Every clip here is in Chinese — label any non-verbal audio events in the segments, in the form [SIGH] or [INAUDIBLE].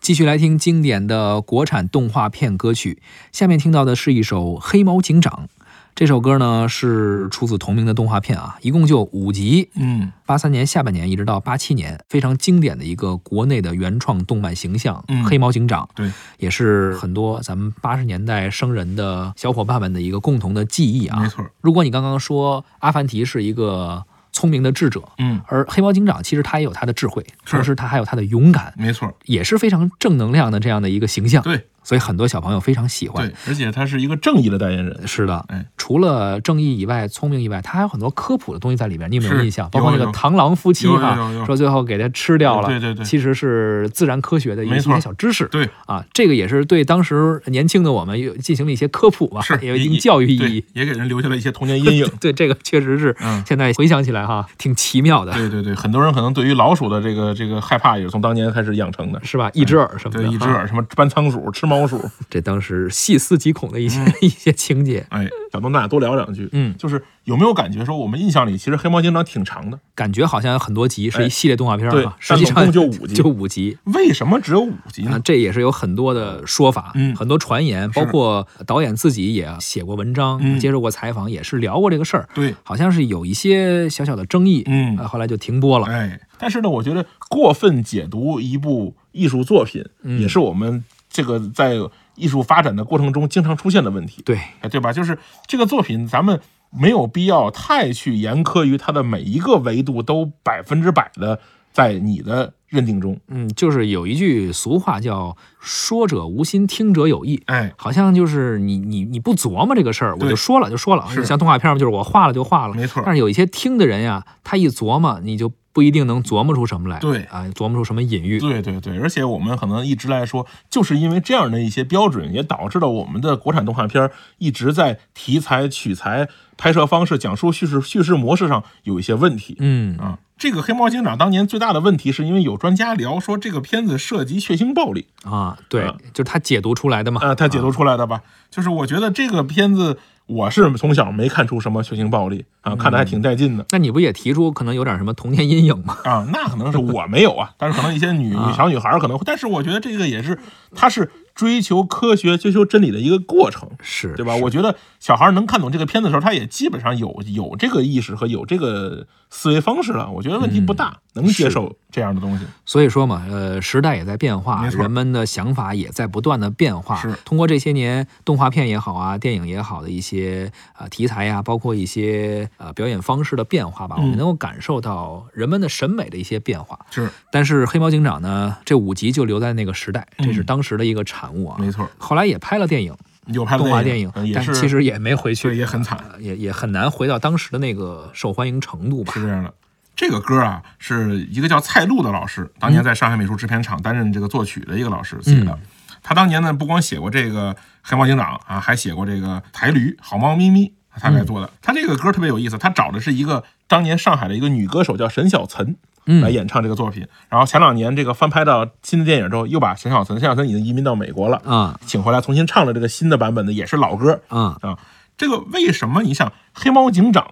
继续来听经典的国产动画片歌曲，下面听到的是一首《黑猫警长》。这首歌呢是出自同名的动画片啊，一共就五集，嗯八三年下半年一直到八七年，非常经典的一个国内的原创动漫形象——嗯黑猫警长。对，也是很多咱们八十年代生人的小伙伴们的一个共同的记忆没啊。错，如果你刚刚说阿凡提是一个聪明的智者，嗯，而黑猫警长其实他也有他的智慧，是同时他还有他的勇敢，没错，也是非常正能量的这样的一个形象，对所以很多小朋友非常喜欢对。，而且他是一个正义的代言人，是的哎，除了正义以外，聪明以外，他还有很多科普的东西在里边。你有没有是印象？有包括那个有螳螂夫妻有有哈、有有说最后给它吃掉了，对对对其实是自然科学的一没一错些小知识。对，啊，这个也是对当时年轻的我们又进行了一些科普吧，是也啊有一也定教育意对义。，也给人留下了一些童 [LAUGHS] 年阴影。对，这个确实是嗯，现在回想起来哈，挺奇妙的，对对对，很多人可能对于老鼠的这个这个害怕也是从当年开始养成的。是吧？一只耳什么的，对，一只啊，耳什么搬仓鼠、吃猫鼠，这当时细思极恐的一些嗯 [LAUGHS] 一些情节，哎， [LAUGHS] 小东，咱俩多聊两句。嗯就是有没有感觉说，我们印象里其实黑猫警长挺长的，感觉好像很多集是一哎系列动画片对啊，，实但际总共上就五 [LAUGHS] 集就，五集。为什么只有五集啊呢，？这也是有很多的说法，嗯很多传言，包括导演自己也写过文章，嗯接受过采访，也是聊过这个事儿，对，好像是有一些小小的争议，嗯啊，后来就停播了，哎，但是呢，我觉得过分解读一部艺术作品，嗯也是我们这个在艺术发展的过程中经常出现的问题，对，哎，对吧？就是这个作品，咱们没有必要太去严苛于它的每一个维度都百分之百的在你的认定中，嗯，就是有一句俗话叫“说者无心，听者有意”，哎，好像就是你你你不琢磨这个事儿，我对就说了就说了，是像动画片儿嘛，就是我画了就画了。没错但是有一些听的人呀，他一琢磨，你就不一定能琢磨出什么来。对啊，琢磨出什么隐喻。对对对，而且我们可能一直来说，就是因为这样的一些标准，也导致了我们的国产动画片儿一直在题材、取材、拍摄方式、讲述叙事叙事模式上有一些问题。嗯，啊，这个《黑猫警长》当年最大的问题，是因为有专家聊说这个片子涉及血腥暴力啊，对啊，就是他解读出来的嘛。啊、他解读出来的吧？就是我觉得这个片子，我是从小没看出什么血腥暴力啊，看的还挺带劲的那你不也提出可能有点什么童年阴影吗？ [LAUGHS] 啊。那可能是我没有 [LAUGHS] 啊，但是可能一些女啊女小女孩儿可能会，但是我觉得这个也是，它是追求科学、追求真理的一个过程。是，对吧？我觉得小孩儿能看懂这个片子的时候，他也基本上有有这个意识和有这个思维方式了。我觉得问题不大，能接是受这样的东西。所以说嘛，呃，时代也在变化，没错人们的想法也在不断的变化。是通过这些年动画片也好啊，电影也好的一些呃题材呀、包括一些呃表演方式的变化吧，我们嗯能够感受到人们的审美的一些变化。是，但是《黑猫警长》呢，这五集就留在那个时代，这是嗯当时的一个产物啊。没错儿，后来也拍了电影，有拍的动画电影嗯，也但是其实也没回对去，也很惨，呃也也很难回到当时的那个受欢迎程度吧。是这样的。这个歌啊，是一个叫蔡路的老师，当嗯年在上海美术制片厂担任这个作曲的一个老师写的。他当年呢，不光写过这个《黑猫警长》啊，还写过这个《台驴》《好猫咪咪》，他嗯来做的。他这个歌特别有意思，他找的是一个当年上海的一个女歌手叫沈小岑来嗯演唱这个作品。然后前两年这个翻拍到新的电影之后，又把沈小岑，沈小岑已经移民到美国了，啊请回来重新唱了这个新的版本的，也是老歌。啊，啊，这个为什么你想黑猫警长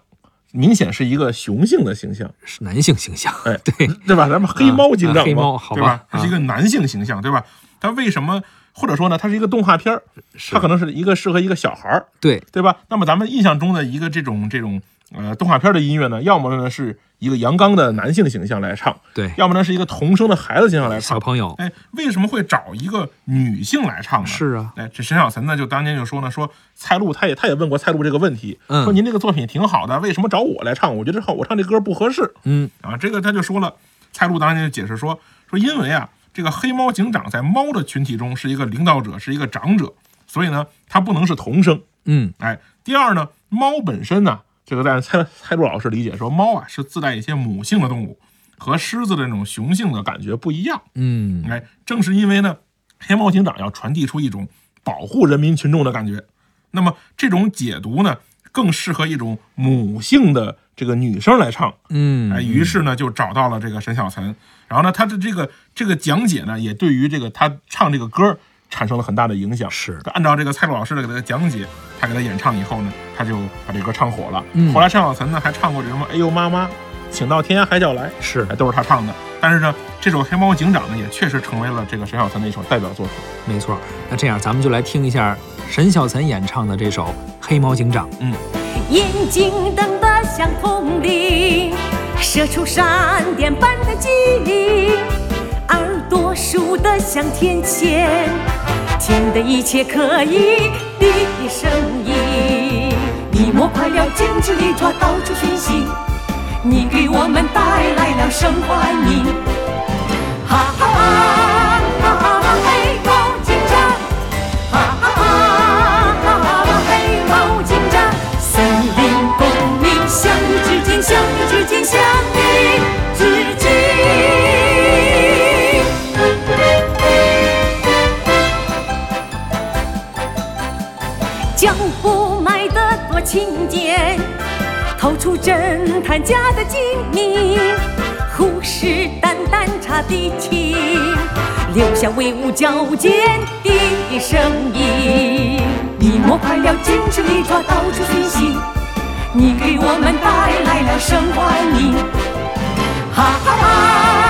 明显是一个雄性的形象，是男性形象。哎 [LAUGHS] 对，对吧？咱们黑猫警长嘛，啊黑猫好吧对吧？它啊是一个男性形象，对吧？它为什么或者说呢？它是一个动画片儿，是它可能是一个适合一个小孩儿，对，对吧？那么咱们印象中的一个这种这种呃动画片儿的音乐呢，要么呢是一个阳刚的男性形象来唱，对，要么呢是一个童声的孩子形象来小唱。朋友哎，为什么会找一个女性来唱呢？是啊，哎，这沈小岑呢，就当年就说呢，说蔡路他也他也问过蔡路这个问题，嗯说您这个作品挺好的，为什么找我来唱？我觉得唱我唱这歌不合适嗯啊。这个他就说了，蔡路当年就解释说，说因为啊，这个黑猫警长在猫的群体中是一个领导者，是一个长者，所以呢，他不能是童声。嗯哎，第二呢，猫本身呢，这个在蔡蔡路老师理解说，猫啊是自带一些母性的动物，和狮子的那种雄性的感觉不一样。嗯，哎，正是因为呢，黑猫警长要传递出一种保护人民群众的感觉，那么这种解读呢，更适合一种母性的这个女生来唱。嗯哎，于是呢就找到了这个沈小岑，然后呢，她的这个这个讲解呢，也对于这个她唱这个歌儿产生了很大的影响。是按照这个蔡璐老师的给他的讲解，他给他演唱以后呢，他就把这歌唱火了。嗯后来沈小岑呢还唱过这什么“哎呦妈妈”，请到天涯海角来》，是哎，都是他唱的。但是呢，这首《黑猫警长》呢，也确实成为了这个沈小岑的一首代表作品。没错。那这样，咱们就来听一下沈小岑演唱的这首《黑猫警长》。眼睛瞪得像铜铃，射出闪电般的机灵，耳朵竖得像天线，听得一切可疑的声音。你摸快了禁止一抓，到处寻衅，你给我们带来了生活安宁。哈哈哈哈哈哈，黑猫警长。啊啊啊！黑猫警长，森林公民向你致敬，向你致敬，向你致敬。脚步迈得多勤俭，透出侦探家的精明，虎视眈眈查敌情，留下威武矫健的声音。你摸快了金翅利爪，到处寻衅，你给我们带来了生活安宁。哈哈哈！